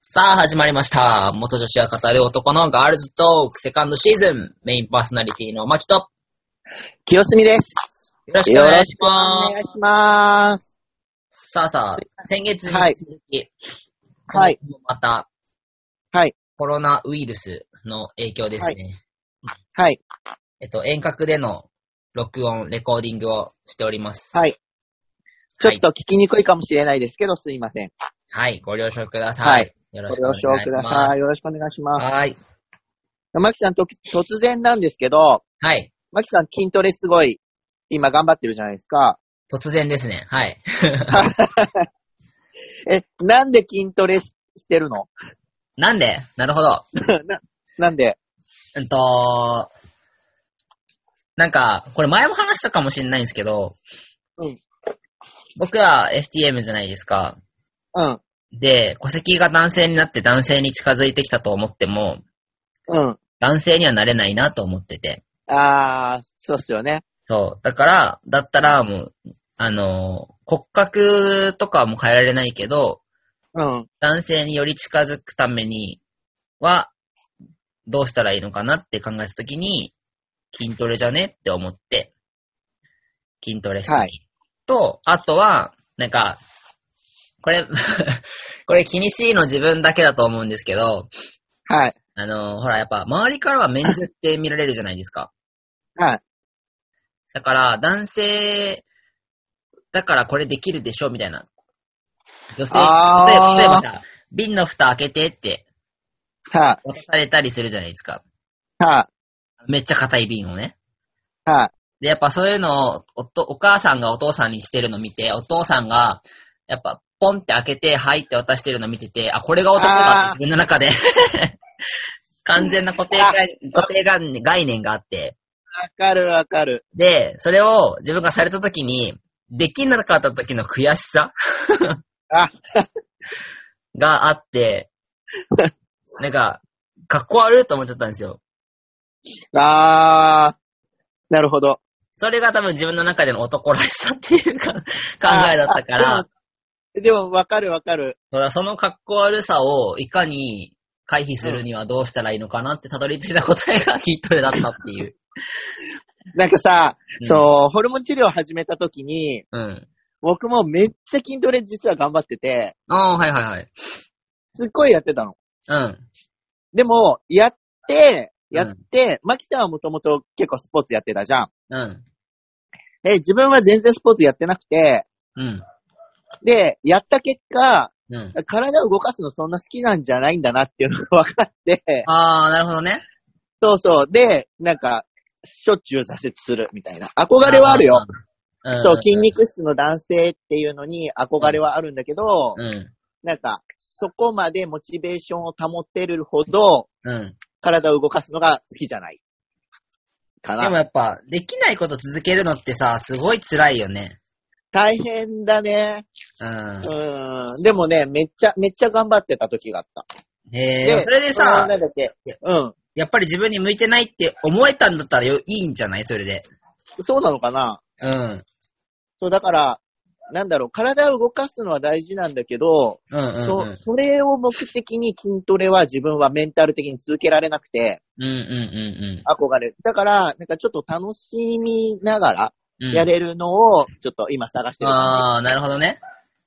さあ、始まりました。元女子が語る男のガールズトークセカンドシーズン、メインパーソナリティのマキと、よ清澄です。ろしくお願いしまお願いす。します。さあさあ、先月にはい続き、はい。今月もまた、はい。コロナウイルスの影響ですね。はい。えっと、遠隔での録音、レコーディングをしております。はい。ちょっと聞きにくいかもしれないですけど、すいません。はい、ご了承ください。はいよろごしくお願了いし承くだまさす。い。よろしくお願いします。はい。マキさんと、突然なんですけど、はい。マキさん筋トレすごい、今頑張ってるじゃないですか。突然ですね。はい。え、なんで筋トレししてるのなんでなるほど。ななんでうんと、なんか、これ前も話したかもしれないんですけど、うん僕ら FTM じゃないですか。うん。で、戸籍が男性になって男性に近づいてきたと思っても、うん。男性にはなれないなと思ってて。あー、そうっすよね。そう。だから、だったらもう、あの、骨格とかはもう変えられないけど、うん。男性により近づくためには、どうしたらいいのかなって考えたときに、筋トレじゃねって思って、筋トレした、はと、あとは、なんか、これ、 これ気にしいの自分だけだと思うんですけど、はい。あの、ほら、やっぱ、周りからはメンズって見られるじゃないですか。はい。だから、男性、だからこれできるでしょみたいな。女性、あー例えば例えばさ、瓶の蓋開けてっては渡されたりするじゃないですか。い。はめっちゃ硬い瓶をね。い。はい。で、やっぱそういうのをおと、お母さんがお父さんにしてるの見て、お父さんが、やっぱ、ポンって開けて、はいって渡してるの見てて、あ、これが男だって自分の中で、完全な固定概固定概念概念があって、わかるわかる。で、それを自分がされた時に、できなかった時の悔しさあ、 があって、なんか、格好悪いと思っちゃったんですよ。あー、なるほど。それが多分自分の中での男らしさっていうか考 えだったかあら、。でも、でもわかるわかる。それはその格好悪さをいかに回避するにはどうしたらいいのかなってたどり着いた答えが筋トレだったっていう。なんかさ、うん そう、ホルモン治療を始めた時に、うん。僕もめっちゃ筋トレ実は頑張ってて、ああ、はいはいはい。すっごいやってたの。うん。でも、やって、うんやって、マキさんはもともと結構スポーツやってたじゃん。うん。え、自分は全然スポーツやってなくて、うん。で、やった結果、うん。体を動かすのそんな好きなんじゃないんだなっていうのが分かって、ああ、なるほどね。そうそう。で、なんか、しょっちゅう挫折するみたいな。憧れはあるよ。ん。んそう、筋。肉質の男性っていうのに憧れはあるんだけど、うん。なんか、そこまでモチベーションを保てるほど、うん。体を動かすのが好きじゃない。かでもな。やっぱ、できないこと続けるのってさ、すごい辛いよね。大変だね。うん。うん。でもね、めっちゃ、めっちゃ頑張ってた時があった。へえ、それでさうん、なんだっけ。うん。やっぱり自分に向いてないって思えたんだったらよいいんじゃないそれで。そうなのかなうん。そう、だから、なんだろう、体を動かすのは大事なんだけど、うんうん、うそん。それを目的に筋トレは自分はメンタル的に続けられなくて、うんうんう憧れる。だから、なんかちょっと楽しみながらんうん。やれるのを、ちょっと今探してる感ああ、なるほどね。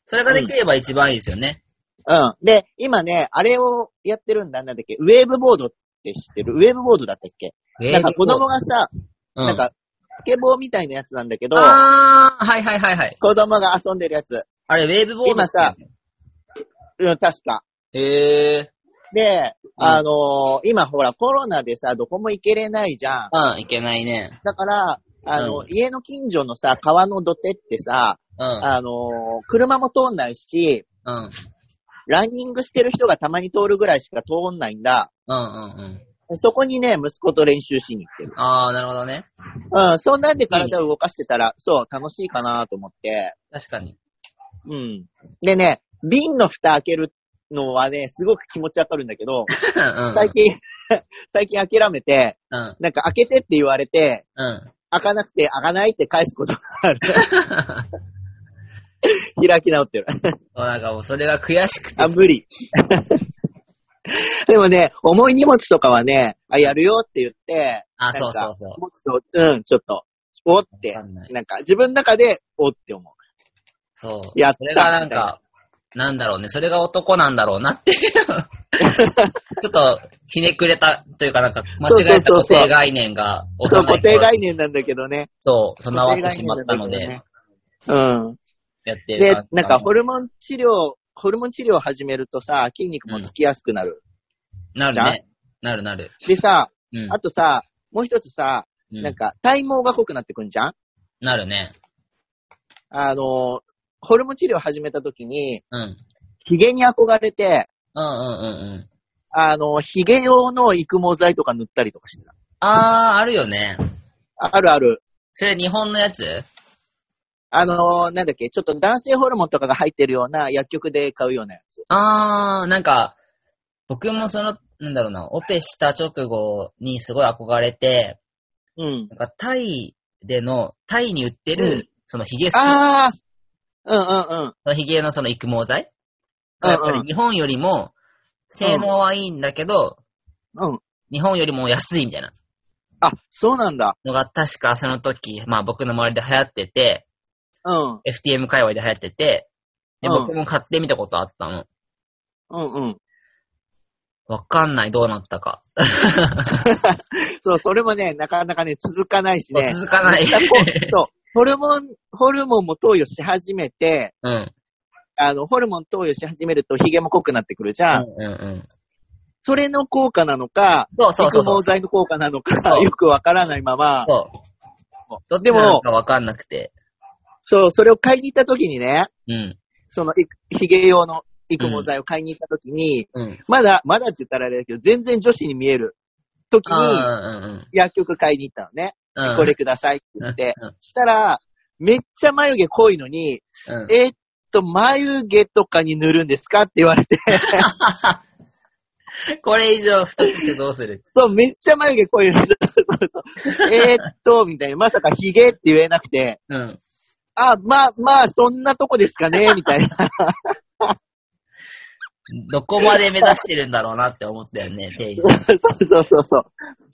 それができれば一番いいですよね。じ。うん。で、今ね、あれをやってるんだ、なんだっけ、ウェーブボードって知ってるウェーブボードだったっけウェーなんブか子供がさ、うなんか、スケボーみたいなやつなんだけど、ああ、はいはいはいはい。子供が遊んでるやつ。あれ、ウェーブボード。今さ。うん、確か。へえ。で、あのー今ほらコロナでさ、どこも行けれないじゃん。うん、いけないね。だから、あの、うん家の近所のさ、川の土手ってさ、うん。あのー車も通んないし、うん。ランニングしてる人がたまに通るぐらいしか通んないんだ。うんうんうん。そこにね、息子と練習しに行ってる。ああ、なるほどね。うん、そんなんで体を動かしてたら、そう、楽しいかなと思って。確かに。うん。でね、瓶の蓋開けるのはね、すごく気持ちわかるんだけうど、んうん。最近、 最近諦めて、うん。なんか開けてって言われて、うん。 開かなくて開かないって返すことがある。開き直ってる。 そうなんかもうそれが悔しくてあ、無理。 でもね、重い荷物とかはね、あ、やるよって言って、あ、なそんうかそうそう。荷物を、うん、ちょっと、おっわてか、んないなんか自分の中で、おって思そう。やったそれがなんか、なんだろうね、それが男なんだろうな っていう。ちょっと、ひねくれたというか、なんか、間違えたそうそうそう固そう定概念がう。そ幼う、固い定頃概に、念なんだけどね。そう、備わってしま固定った概ので、念なんだけどね。うん。やってるで感、じなんかホルモン治療、ホルモン治療を始めるとさ、筋肉もつきやすくなる。なじゃるんね。なるなる。でさ、うん。あとさ、もう一つさ、うんなんか体毛が濃くなってくんじゃんなるね。あのー、ホルモン治療を始めた時に、うん。うん髭に憧れて、うんうんうん。あのー、髭用の育毛剤とか塗ったりとかしてた。あー、あるよね。ああるある。それ日本のやつあのー、なんだっけ、ちょっと男性ホルモンとかが入ってるような薬局で買うようなやつ。あー、なんか、僕もその、なんだろうな、オペした直後にすごい憧れて、うん。なんかタイでの、タイに売ってる、うんそのヒゲスそああうんうんうん。のヒゲのその育毛剤うんうんやっぱり日本よりも、性能はいいんだけど、うん。日本よりも安いみたいなあ、そうなんだ。のが確かその時、まあ僕の周りで流行ってて、うん。 FTM 界隈で流行ってて、で、うん僕も買ってみたことあったの。うんうん。わかんない、どうなったか。そう、それもね、なかなかね、続かないしね。続かない。そう、ホルモン、ホルモンも投与し始めて、 うん。うんあの、ホルモン投与し始めるとヒゲも濃くなってくるじゃん。うんうん。それの効果なのか、そうそうそうそ育う。毛剤の効果なのそか、うよくわからないまま、そうどっちでもなのかわかんなくて。そう、それを買いに行った時にね、うん。その、いヒゲ用の育毛剤を買いに行った時に、うん。まだ、まだって言ったらあれだけど、全然女子に見える時に、あー薬局買いに行ったのね。うんうんうん。これくださいって 言って。うんしたら、めっちゃ眉毛濃いのに、うん。うんえっと、眉毛とかに塗るんですかって言われて、 これ以上太くしてどうするそう、めっちゃ眉毛濃いのに えっと、みたいな、まさかヒゲって言えなくて、うん。あ、まあ、まあ、そんなとこです かね、みたいな。どこまで目指してるんだろうなって思ったよ ね、定そ義。うそうそうそう。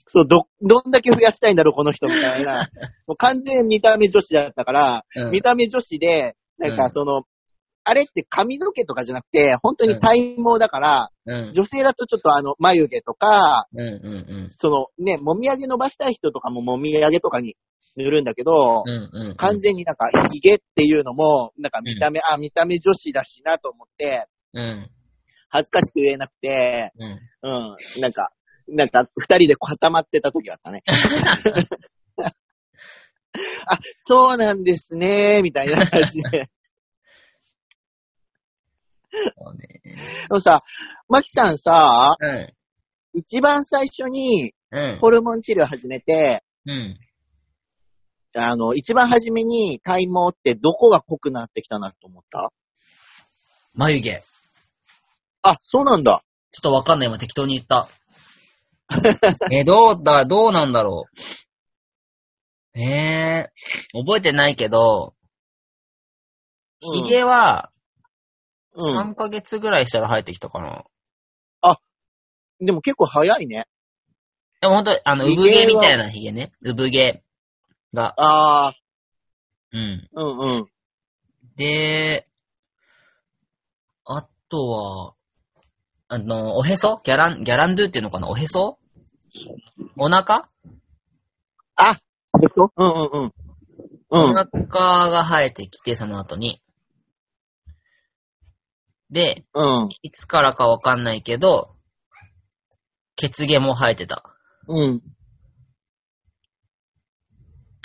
そう、ど、どんだけ増やしたいんだろう、この人、みたい な。もう完全に見た目女子だったから、うん見た目女子で、なんうかんその、あれって髪の毛とかじゃなくて、本当に体毛だから、うん。女性だとちょっとあの、眉毛とか、うんうんうん。そのね、もみあげ伸ばしたい人とかももみあげとかに塗るんだけど、うんうんうん。完全になんかヒゲっていうのも、なんか見た目、あ、見た目女子だしなと思って、うん。恥ずかしく言えなくて、うん。うん、なんか、なんか二人で固まってた時があった ね。 あ、そうなんですね、みたいな感じで。でそうね。もさ、マキさんさ、うん。一番最初にうん。ホルモン治療始めて、うん。あの、一番初めに体毛ってどこが濃くなってきたなと思った眉毛。あ、そうなんだ。ちょっとわかんない。今適当に言った。 え、どうだ、どうなんだろう。えー、覚えてないけど、うんヒゲはうん。 3ヶ月ぐらいしたら生えてきたかな。でも結構早いね。でもほんと、あの、ヒゲ産は毛みたいなヒゲね。産毛が。ああ、うん。うんうん。で、あとは、あの、おへそギャラン、ギャランドゥっていうのかなおへそお腹、あ、でしょうんうんうん。うん。お腹が生えてきて、その後に。で、うん。いつからかわかんないけど、血毛も生えてた。うん。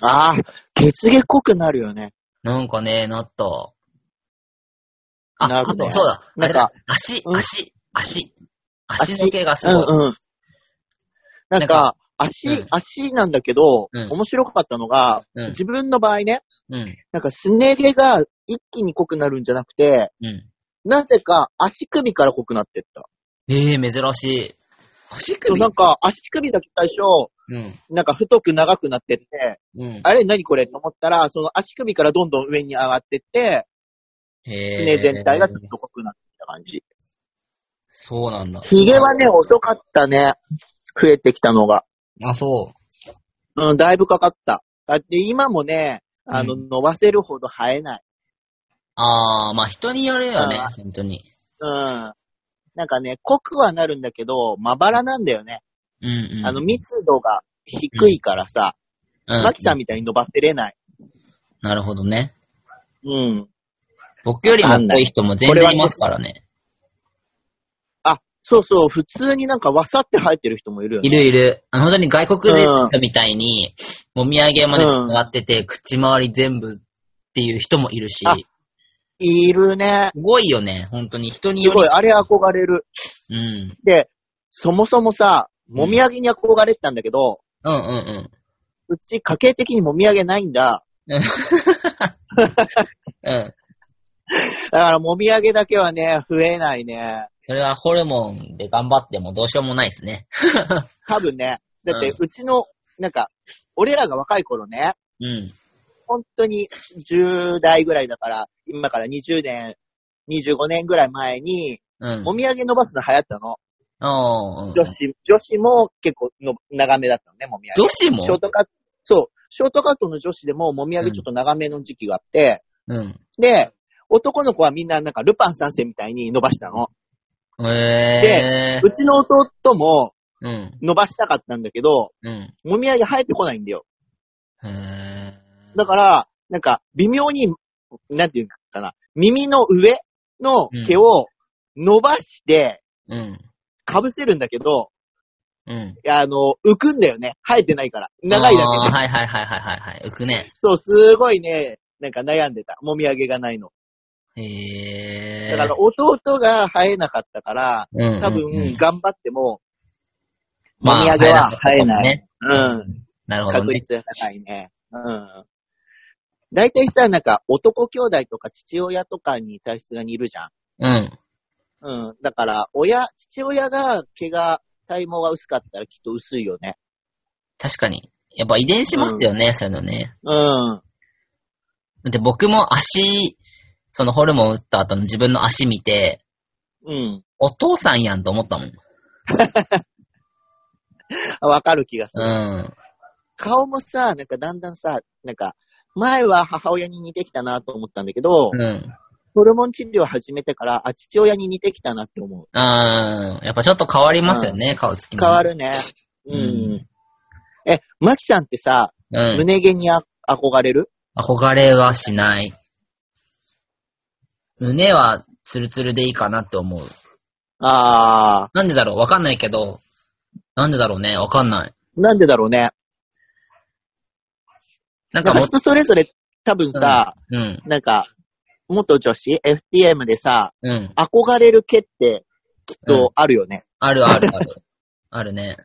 ああ、血毛濃くなるよね。なんかね、なった。あ、なあるねと、そうだ。あなんれだか。足、うん足、足。足の毛がすごい。うんうん。なんなんかか、足、うん足なんだけど、うん面白かったのが、うん自分の場合ね、うん。なんかすね毛が一気に濃くなるんじゃなくて、うん。なぜか足首から濃くなってった。ええ珍しい。足そうなんか足首だけ最初、うん。なんか太く長くなってって、うん。あれ何これと思ったら、その足首からどんどん上に上がってって、へすね全体がちょっと濃くなってきた感じ。そうなんだ。ヒゲはね、遅かったね。増えてきたのが。あ、そうん、だいぶかかった。だって今もね、あの、う伸ばせるほど生えない。う。ああ、まあ人によるよねあ、本当に。うん。なんかね、濃くはなるんだけど、まばらなんだよね。うんうん。あの、密度が低いからさ、うん、マキさんみたいに伸ばせれない。なるほどね。うん。僕よりも太い人も全然いますからね。そうそう、普通になんかわさって生えてる人もいるよね。いるいる。あの本当に外国人みたいに、もみあげまで繋がってて、口周り全部っていう人もいるし、あいるね。すごいよね、本当に。人にすよごい、る。あれ憧れる。うん。で、そもそもさ、んもみあげに憧れてたんだけど、うんうんうち家計的にもみあげないんだ。うん。うん。だからもみあげだけはね、増えないね。それはホルモンで頑張ってもどうしようもないですね。多分ね。だってうん、うちの、なんか、俺らが若い頃ね、うん。本当に10代ぐらいだから、今から20年、25年ぐらい前に、うん。もみあげ伸ばすの流行ったの。おーうん女子、女子も結構の長めだったのね、もみあげ。女子もショートカット、そう、ショートカットの女子でももみあげちょっと長めの時期があって、うん。で、男の子はみんななんかルパン三世みたいに伸ばしたの。えー。うちの弟もうん。伸ばしたかったんだけど、うん。もみあげ生えてこないんだよ。へだから、なんか、微妙に、なんていうかな、耳の上の毛を伸ばして、ー。うん。被せるんだけど、うん。あの、浮くんだよね。生えてないから。長いだあけーで。はいはいはいはいはいはい。浮くね。そう、すごいね、なんか悩んでた。もみあげがないの。へだー。から、弟が生えなかったから、うんうんうん、多分、頑張っても、まあもみあげは生えないね。うん、なるほど確ね。率が高いね。うん。大体さ、なんか、男兄弟とか父親とかに体質が似るじゃん。うん。うん。だから、親、父親が毛が、体毛が薄かったらきっと薄いよね。確かに。やっぱ遺伝しますよね、そういうのね。うだん。って僕も足、そのホルモン打った後の自分の足見て、うん。お父さんやんと思ったもん。あわかる気がすうる。ん。顔もさ、なんかだんだんさ、なんか、前は母親に似てきたなと思ったんだけど、うん。ホルモン治療始めてから、あ、父親に似てきたなって思う。あーやっぱちょっと変わりますよね、顔つきも。変わ。るね。うん。え、マキさんってさ、うん。胸毛にあ憧れる憧れはしない。胸はツルツルでいいかなって思う。あなんでだろうわかんないけど、なんでだろうねわかんない。ー、なんでだろうね。なんなかんかもっ人それぞれ、多分さ、うん、なんか、元女子 ?FTM でさ、うん。憧れる毛って、きっとあるよね。あるあるある。 あるね。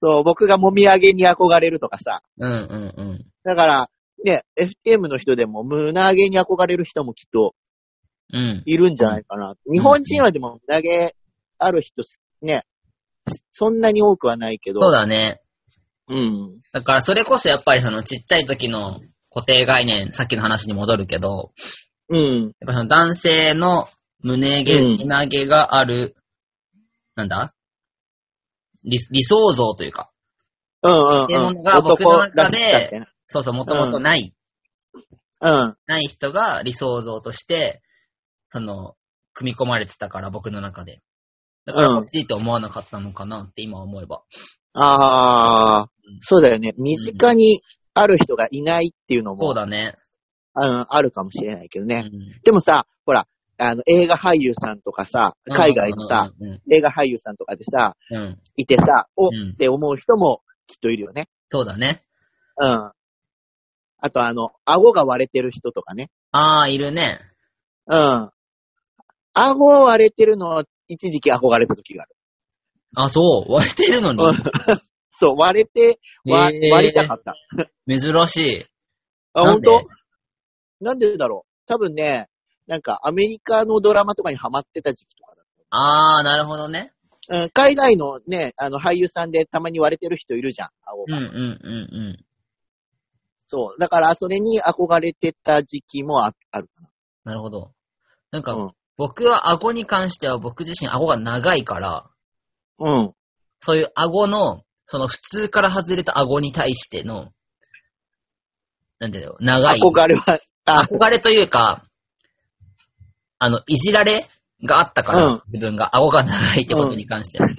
そう、僕がもみあげに憧れるとかさ。うんうんうん。だから、ね、FTM の人でも胸あげに憧れる人もきっとうん。いるんじゃないかな。日本人はでも胸あげある人す、ね、そんなに多くはないけど。そうだね。うん。だからそれこそやっぱりそのちっちゃい時の固定概念、さっきの話に戻るけど、うん。やっぱその男性の胸毛、うん胸毛がある、なんだ理理想像というか、うんうんっていううもんの。が僕の中で男らしさってねそうそう、もともとない、うん。ない人が理想像として、その、組み込まれてたから、僕の中で。だから欲しいと思わなかったのかなって今思えば。ああ、そうだよね。身近にある人がいないっていうのも、そうだね。うんあるかもしれないけどね。うんでもさ、ほら、あの、映画俳優さんとかさ、海外のさ、、うん映画俳優さんとかでさ、うんうん。いてさ、おっうんて思う人もきっといるよね。そうだね。うん。あとあの、顎が割れてる人とかね。ああ、いるね。うん。顎割れてるのは一時期憧れた時がある。あ、そう。割れてるのに。 そう、割れて、わへー割りたかった。珍しい。あ、な本んで当なんでだろう。多分ね、なんかアメリカのドラマとかにハマってた時期とかだああ、なるほどね。うん、海外のね、あの俳優さんでたまに割れてる人いるじゃん、顎うんが。うんうんうん。そう。だから、それに憧れてた時期もああるかなるほど。なんか、うん僕は顎に関しては僕自身顎が長いから、うん。そういう顎の、その普通から外れた顎に対しての、なんていうの、長い。憧れは、あ、憧れというか、あの、いじられがあったから、うん自分が顎が長いってことに関 しては。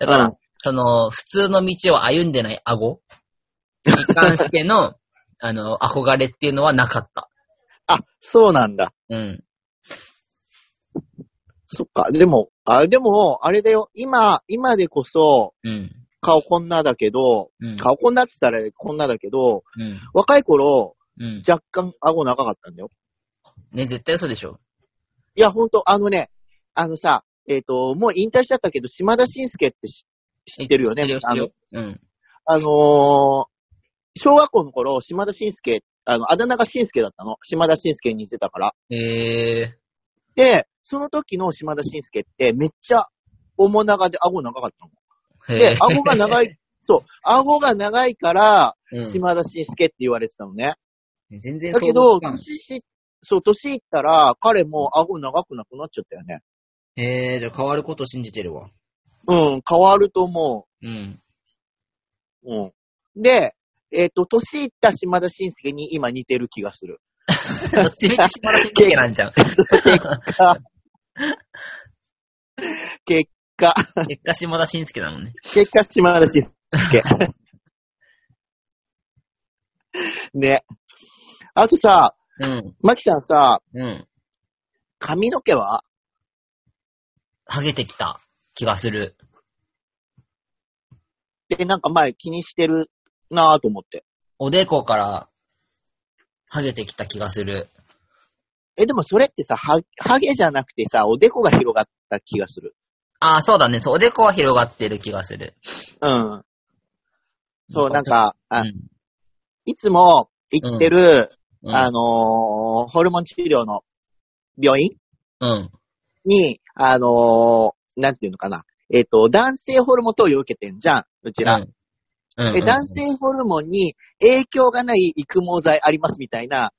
だから、うんその、普通の道を歩んでない顎に関しての、 あの、憧れっていうのはなかった。あ、そうなんだ。うん。そっか。でも、あ、でも、あれだよ。今、今でこそ、うん。顔こんなだけど、うん。顔こんなって言ったらこんなだけど、うん。若い頃、うん。若干顎長かったんだよ。ね、絶対そうでしょ。いや、ほんと、あのね、あのさ、えっ、と、もう引退しちゃったけど、島田紳介って知知ってるよね。知ってるよ。うん。あの、あのー小学校の頃、島田紳介、あの、あだ名が紳介だったの。島田紳介に似てたから。ええで、その時の島田紳介ってめっちゃ、おも長で顎長かったの。ー。へでー、顎が 長い、そう、顎が長いから、うん島田紳介って言われてたのね。全然だそうけど、思って年し、そう、年いったら、彼も顎長くなくなっちゃったよね。たのへえー、じゃあ変わることを信じてるわ。うん、変わると思うん。う。うん。で、えっ、と、年いった島田紳介に今似てる気がする。どっちみち島田紳介なんじゃん。結果、結果島田紳介だもんね。結果島田紳介。 ね。あとさ、うん。マキさんさ、うん。髪の毛はハゲてきた気がする。ってなんか前気にしてるなぁと思って。おでこから、ハゲてきた気がする。え、でもそれってさ、は、ハゲじゃなくてさ、おでこが広がった気がする。ああ、そうだね。そう、おでこは広がってる気がする。うん。そう、なん、か、うあん。いつも行ってる、うあん。のーホルモン治療の病院うん。に、あのーなんていうのかな。えっ、と、男性ホルモン投与を受けてんじゃん、うちら。うん。うんえ、男性ホルモンに影響がない育毛剤ありますみたいな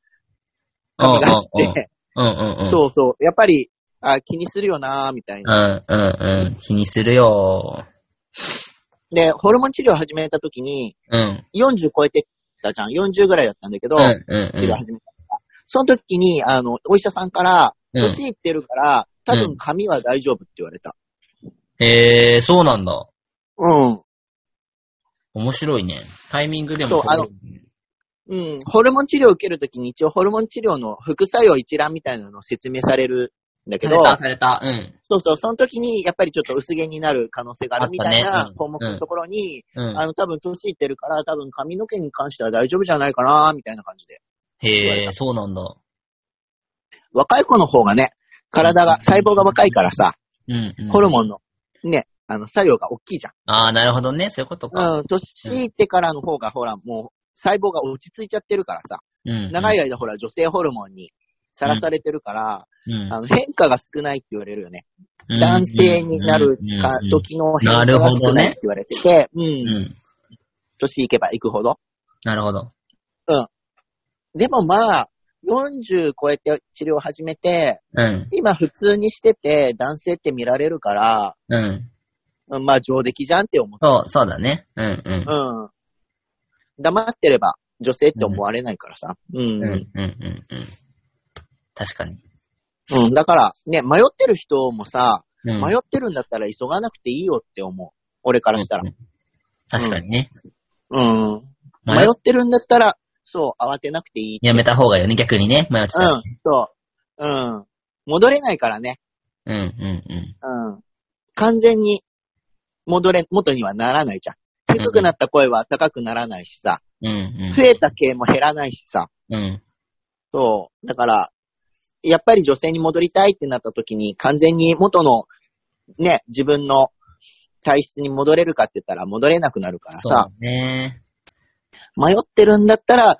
紙があって、うんうんうん。うんそうそう、やっぱり、あ気にするよなーみたいな。うんうんうん。気にするよで、ホルモン治療始めた時に、ー。うん。 40超えてたじゃん。40ぐらいだったんだけど、うん治うん療始めたから。その時に、あの、お医者さんから、うん。うん。年いってるから、多う分ん髪は大丈夫って言われた。へえ、そうなんだ。うん。面白いね。タイミングでそもうあの被るねうん。ホルモン治療を受けるときに一応ホルモン治療の副作用一覧みたいなのを説明されるんだけさどれ、た、された。うん。そうそう、その時にやっぱりちょっと薄毛になる可能性があるみたいあったねなうん項目のところに、うん。あの、多分年いってるから、多分髪の毛に関しては大丈夫じゃないかな、みたいな感じで。言わへれえ、たそうなんだ。若い子の方がね、体うがん、細胞が若いからさ、うん、うん。ホルン。モンの、ね、あの、作用が大きいじゃん。ああ、なるほどね。そういうことか。うん、年いってからの方が、ほら、もう、細胞が落ち着いちゃってるからさ、うん。長いよ。間、ほら、女性ホルモンにさらされてるから、うんあの変化が少ないって言われるよね。男性になるかうん時の変化が少ないって言われてて、う、うんん。年いけばいくほど。なるほど。でもまあ、40超えて治療を始めて、うん。今普通にしてて、男性って見られるから、うん。うんまあ上出来じゃんって思う。そう、そうだね。うん、ううん。黙ってれば女性って思われないからさ。うんん。うん、うん、うん。うん確かに。うん、だから、ね、迷ってる人もさ、うん迷ってるんだったら急がなくていいよって思う。俺からしたら。うん確かにね。うん。迷迷ってるんだったら、そう、慌てなくていい。やめた方がいいよね、逆にね。迷ってうたらん、そう。うん。戻れないからね。うん、うん、うん。うん。完全に戻れ、元にはならないじゃん。低くなった声は高くならないしさ、うん、増えた系も減らないしさ。うん。うん。そう。だから、やっぱり女性に戻りたいってなった時に、完全に元の、ね、自分の体質に戻れるかって言ったら戻れなくなるからそうさだ、ね。迷ってるんだったら、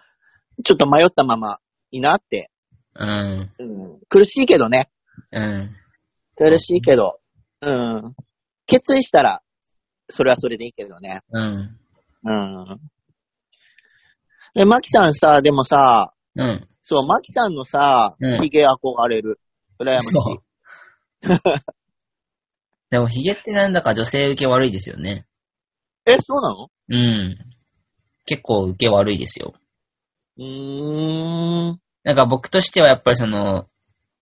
ちょっと迷ったままいいなって。うん、うん、苦しいけどね。うん。苦しいけど。うん。決意したら、それはそれでいいけどね。うん。うん。え、マキさんさ、でもさ、うん。そう、マキさんのさうん、ヒゲ憧れる。羨ましい。そう。でも、ヒゲってなんだか女性受け悪いですよね。え、そうなのうん。結構受け悪いですよ。うーん。なんか僕としてはやっぱりその、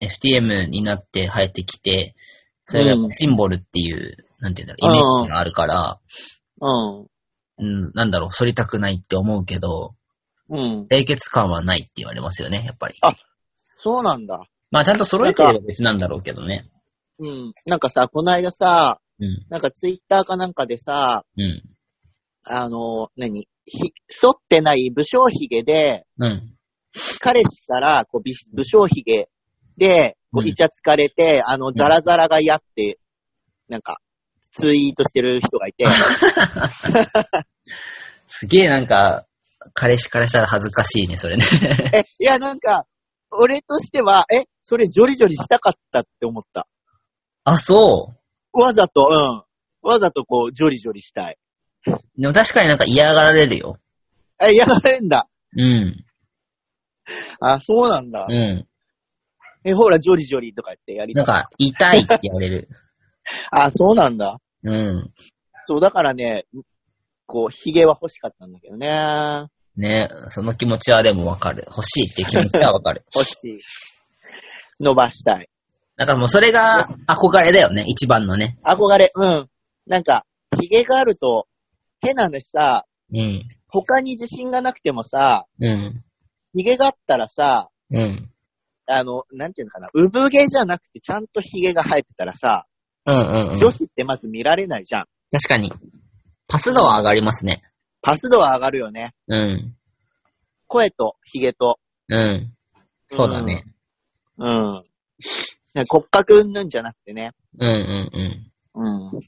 FTM になって生えてきて、それがやっぱシンボルっていう、なんていうんだろう、イメージがあるから、うん。うん、なんだろう、反りたくないって思うけど、うん。清潔感はないって言われますよね、やっぱり。あそうなんだ。まあちゃんと揃えてれば別なんだろうけどね。うん。なんかさ、この間さ、うん、なんかツイッターかなんかでさ、うん、あの、何ひ、剃ってない武将髭で、うん、彼氏から、こう、び武将髭で、うこう、んイチャつかれて、あの、ザラザラが嫌って、なんか、ツイートしてる人が いて、すげえなんか、彼氏からしたら恥ずかしいね、それね。え、いや、なんか、俺としては、え、それジョリジョリしたかったって思った。 あ、そわざと、うん。わざとこう、ジョリジョリしたい。う。でも確かになんか嫌がられるよ。え、やられんだ。うん、あ、そうなんだ。うえ、ほら、ジョリジョリとか言ってやりん。なんたい。か、痛いって言われ る。あ、そうなんだ。うん。そう、だからね、こう、髭は欲しかったんだけどね。ね、その気持ちはでもわかる。欲しいっていう気持ちはわかる。 欲しい。伸ばしたい。なんかもうそれが憧れだよね、一番のね。憧れ、うん。なんか、髭があると、変な話さ、うん。他に自信がなくてもさ、うん。髭があったらさ、うん。あの、なんていうのかな、産毛じゃなくてちゃんと髭が生えてたらさ、うんうんうん。女子ってまず見られないじゃん。確かに。パス度は上がりますね。パス度は上がるよね。うん。声と髭と。うん。そうだね。うん。ね骨格うんぬんじゃなくてね。うんうんうん。うん。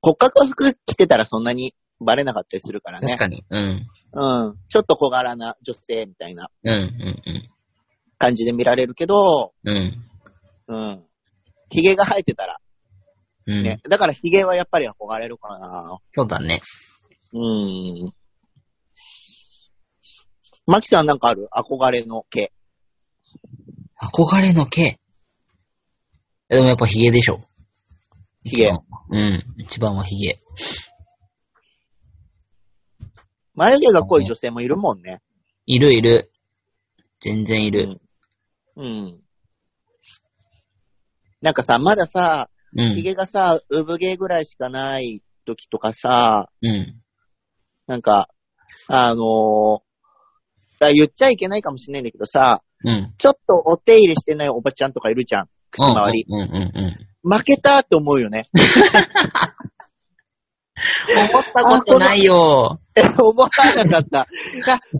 骨格は服着てたらそんなにバレなかったりするからね確。かに。うん。うん。ちょっと小柄な女性みたいなうんうん感じで見られるけど、うん。うん。うん。髭が生えてたら、うん。ね。だから髭はやっぱり憧れるかな。そうだね。うん。マキさんなんかある憧れの毛。憧れの毛。でもやっぱヒゲでしょ。髭一番うん。一番はヒゲ。眉毛が濃い女性もいるもんね。いるいる。全然いる。うん。うん。なんかさ、まださ、うん。髭がさ、産毛ぐらいしかない時とかさ、うん。なんか、あのー言っちゃいけないかもしれないんだけどさ、うん。ちょっとお手入れしてないおばちゃんとかいるじゃん。口周り。うんうんうんうん。負けたって思うよね。 思ったそんなここととなない。いよ。思わなかった。あ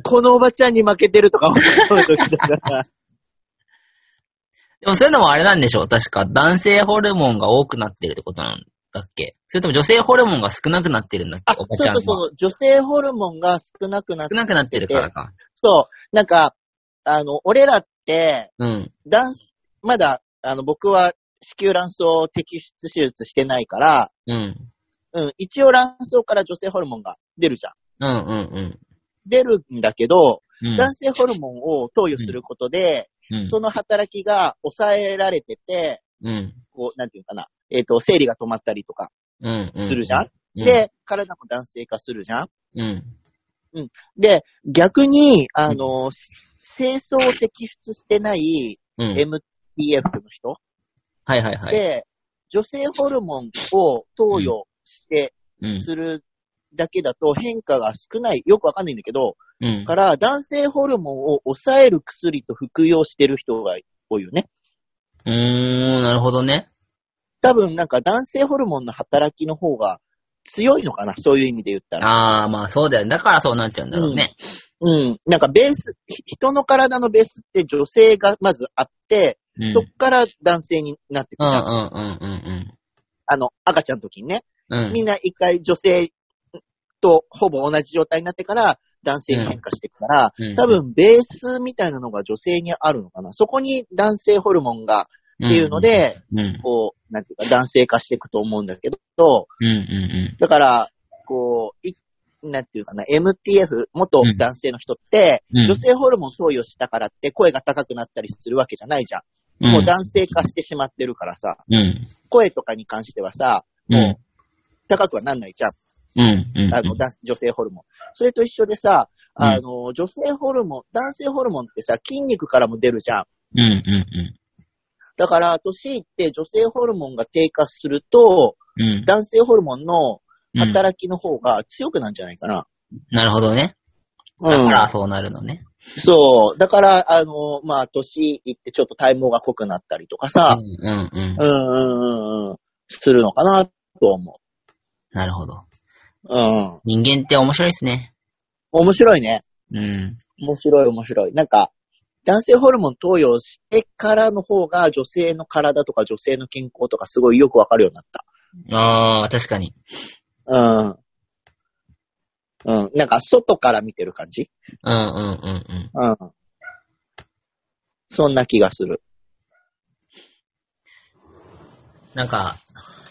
このおばちゃんに負けてるとか思う時だ から。でもそういうのもあれなんでしょう確か男性ホルモンが多くなってるってことなんだっけそれとも女性ホルモンが少なくなってるんだっけあ、おばそちゃうんそは。うそう。女性ホルモンが少なくなっ少なくなってるからか。そう。なんか、あの、俺らって、うん。男子、まだ、あの、僕は子宮卵巣摘出手術してないから、うん。うん、一応卵巣から女性ホルモンが出るじゃうん。んうん出るんだけど、うん。うん。男性ホルモンを投与することで、うんその働きが抑えられてて、うん。こう、なんていうかな、えっ、と、生理が止まったりとかうん。うん。するじゃん、うん、で、体も男性化するじゃんうん。で、逆に、あの、清掃を摘出してないうん。 MTF の人、はいはいはい。で、女性ホルモンを投与して、うん。するだけだと変化が少ない、よくわかんないんだけど、うん。から男性ホルモンを抑える薬と服用してる人が多いよね。うーん、なるほどね。多分なんか男性ホルモンの働きの方が強いのかな、そういう意味で言ったら。あー、まあそうだよね。だからそうなっちゃうんだろうね。うん。なんかベース、ひ人の体のベースって女性がまずあって、うん。そっから男性になってうくんるうじゃん。んうんあの、赤ちゃんの時にね。うんうん。うみん。んな一回女性とほぼ同じ状態になってから男性に変化していくから、うん多分ベースみたいなのが女性にあるのかな。そこに男性ホルモンがっていうので、うん。うんこう、なんていうか男性化していくと思うんだけど、うんうだから、こう、いなんていうかな、MTF、元男性の人って、うん女性ホルモン投与したからって声が高くなったりするわけじゃないじゃん。うん。もう男性化してしまってるからさ、うん。声とかに関してはさ、うん。高くはなんないじゃん。うん。うん。あの、男女性ホルモン。それと一緒でさ、あの、女性ホルモン、男性ホルモンってさ、筋肉からも出るじゃん。うん。うだから、年いって女性ホルモンが低下すると、ん。うん。男性ホルモンのうん。働きの方が強くなんじゃないかな。なるほどね。うだん。からそうなるのね。そう。だから、あの、まあ、年いってちょっと体毛が濃くなったりとかうさ、ん。うん。うんう。ん、うん、うん、するのかな、と思なるほど。う。うん。人間って面白いですね。面白いね。うん。面白い、面白い。なんか、男性ホルモン投与してからの方が女性の体とか女性の健康とかすごいよくわかるようになった。ああ、確かに。うん。うん。なんか外から見てる感じうんうんうんうん。うん。そんな気がする。なんか、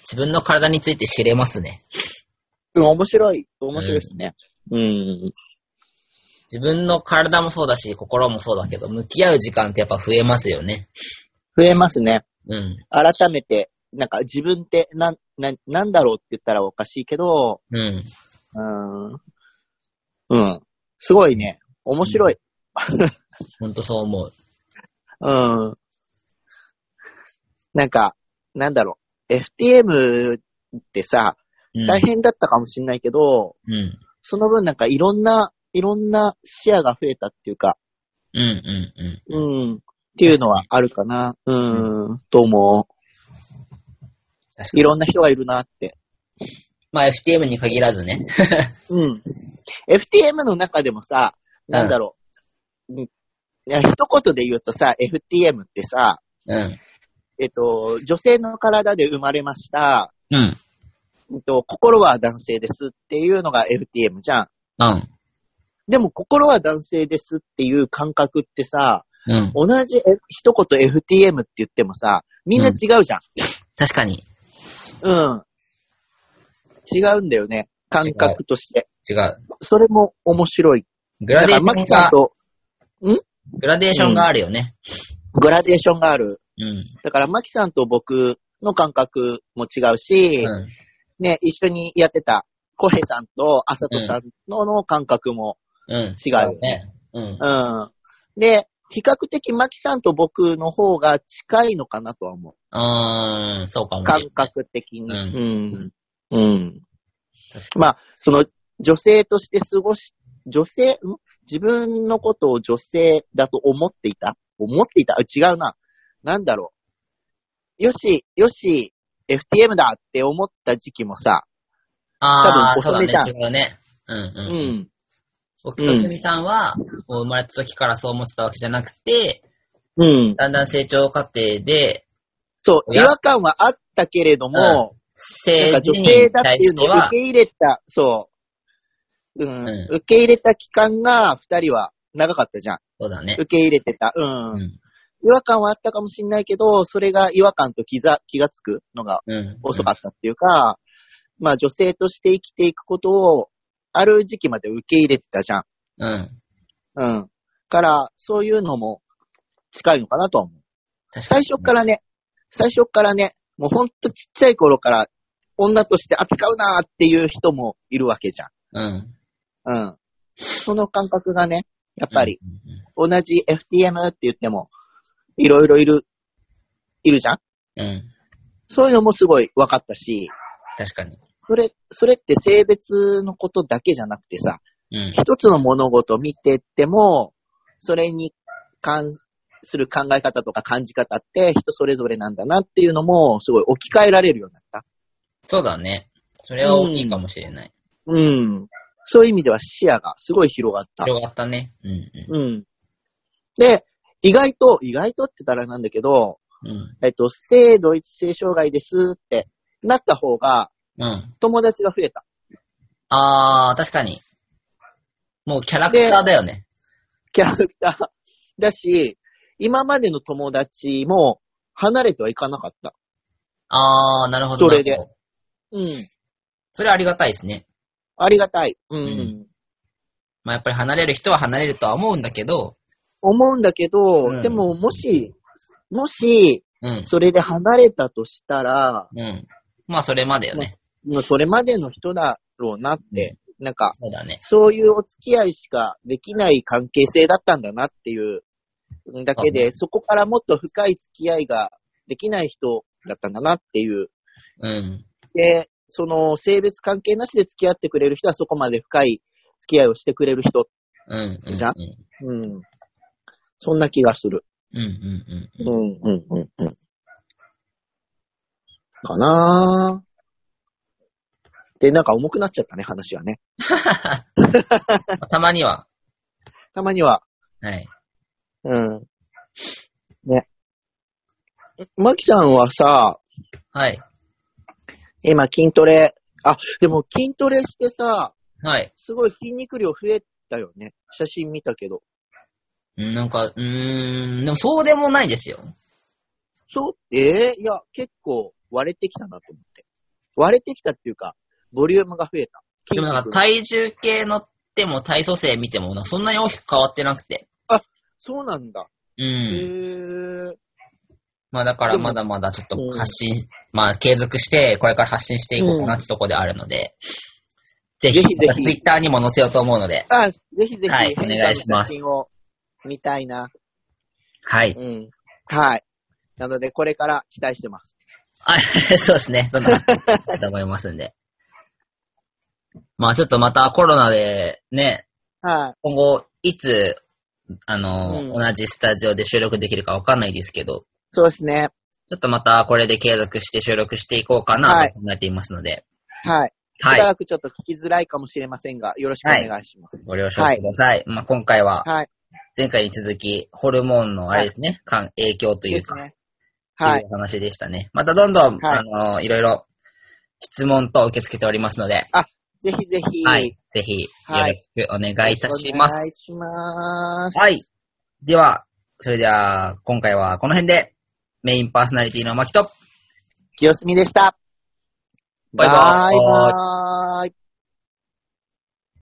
自分の体について知れますね。うん、面白い。面白いですね。うん。自分の体もそうだし、心もそうだけど、向き合う時間ってやっぱ増えますよね。増えますね。うん。改めて、なんか自分ってなん、な、なんだろうって言ったらおかしいけど、うん。うん。うん。すごいね。面白い。ほんとそう思う。うん。なんか、なんだろう。FTM ってさ、うん。大変だったかもしんないけど、うん。その分なんかいろんな、いろんな視野が増えたっていうか、うんうんうん。うん。っていうのはあるかな。うん、と思う。確かいに。ろんな人がいるなって。まあ FTM に限らずね。うん。FTM の中でもさ、なんだろう。うんいや一言で言うとさ、FTM ってさ、うん。えっと、女性の体で生まれました。うん。えっと、心は男性ですっていうのが FTM じゃん。うん。でも、心は男性ですっていう感覚ってさ、うん。同じ、え一言 FTM って言ってもさ、みんな違うじゃん。確かに。うん。違うんだよね。感覚として。違う。それも面白い。グだラかデーら、ショマンキさがん、とグラデーションがあるよね。グラデーションがある。うん。だから、マキさんと僕の感覚も違うし、うん。ね、一緒にやってた、コヘさんとアサトさんのの感覚もうん。違うよね。うん。うん。で、比較的マキさんと僕の方が近いのかなとは思うーん、そうかう。もしれな感い。覚的うに。うん。うん。確かまあ、その、女性として過ごし、女性、ん自分のことを女性だと思っていた思っていたあ違うな。なんだろう。よし、よし、FTM だって思った時期もさ、ああ、多そうだ分ね遅め、違うね。うんううん。ん。僕とすみさんは、もう生まれた時からそう思ってたわけじゃなくて、うん。だんだん成長過程で、そう、い違や和感はあったけれども、なん性か自女認性にだっ対ていうしのをて受はけ、入れた、そう。うん。うん受け入れた期間が、二人は長かったじゃん。そうだね 受。け入れてた。う。うんん。違和感はあったかもしんないけど、それが違和感と気ざ気がつくのがうん。遅かったっていうか、まあ女性として生きていくことを、ある時期まで受け入れてたじゃん。うん。うん。から、そういうのも近いのかなとは思う。確か最に初からね、最初からね、もうほんとちっちゃい頃から女として扱うなーっていう人もいるわけじゃん。うん。うん。その感覚がね、やっぱりうん。同じ FTM って言っても、いろいろいる、いるじゃんうん。うん。そういうのもすごい分かったし、確かに。それ、それって性別のことだけじゃなくてさ、うん。一つの物事を見てっても、それに関する考え方とか感じ方って人それぞれなんだなっていうのも、すごい置き換えられるようになった。そうだね。それは大きいかもしれない。うん。そういう意味では視野がすごい広がった。広がったね。うん。うん。で、意外と、意外とって言ったらなんだけど、うん。えっと、性同一性障害ですってなった方がうん。うん。友達が増えた。ああ、確かに。もうキャラクターだよね。キャラクター だし、今までの友達も離れてはいかなかった。ああ、なるほど。それでなるほど。うん。それはありがたいですね。ありがたい。うん。うんまあやっぱり離れる人は離れるとは思うんだけど、思うんだけど、うんでももし、もし、うん。それで離れたとしたら、うん。まあ、それまでよね。もうそれまでの人だろうなって、なんか、そうだね。そういうお付き合いしかできない関係性だったんだなっていうだけそうで、そこからもっと深い付き合いができない人だったんだなっていう。うん。で、その性別関係なしで付き合ってくれる人はそこまで深い付き合いをしてくれる人。うん。うん。じゃうん。うん。そんな気がする。うん。うん。ううんん。、うん、うん、うん。かなぁ。で、なんか重くなっちゃったね、話はね。まあたまには。たまには、はい。うん。ね。マキさんはさ、はい。今筋トレ、あ、でも筋トレしてさ、はい。すごい筋肉量増えたよね。写真見たけど。うんなんか、うーん、でもそうでもないですよ。そう、えーいや、結構割れてきたなと思って。割れてきたっていうか、ボリュームが増えた。でもなんか体重計乗っても体組成見ても、そんなに大きく変わってなくて。そうなんだ。うへん。ーまあだからでもまだまだちょっとうん発信、まあ継続して、これから発信していこうかなってとこであるので、ぜひ、ぜひぜひツイッターにも載せようと思うので、あ、ぜひぜひ、はいお願いします変化の写真を見たいな。はい。うん。はい。なので、これから期待してます。あ そうですね。どんな、と思いますんで。まあちょっとまたコロナでね、はい。今後、いつ、あの、うん同じスタジオで収録できるかわかんないですけど、そうですね。ちょっとまたこれで継続して収録していこうかなはいと考えていますので、ははい。しばい。らくちょっと聞きづらいかもしれませんが、よろしくお願いします。ご了承ください。まあ、今回ははい。前回に続き、ホルモンのあれですね、かん影響といでうすか、ね。っはていい。うお話でしたね。またどんどん、はいあの、いろいろ質問等受け付けておりますので、ぜひぜひ。はい。。ぜひ、よはろいしくお願いいたしまお願す。いします。はい。では、それでは、今回はこの辺で、メインパーソナリティの牧と、清澄でした。バイバーイバイバーイ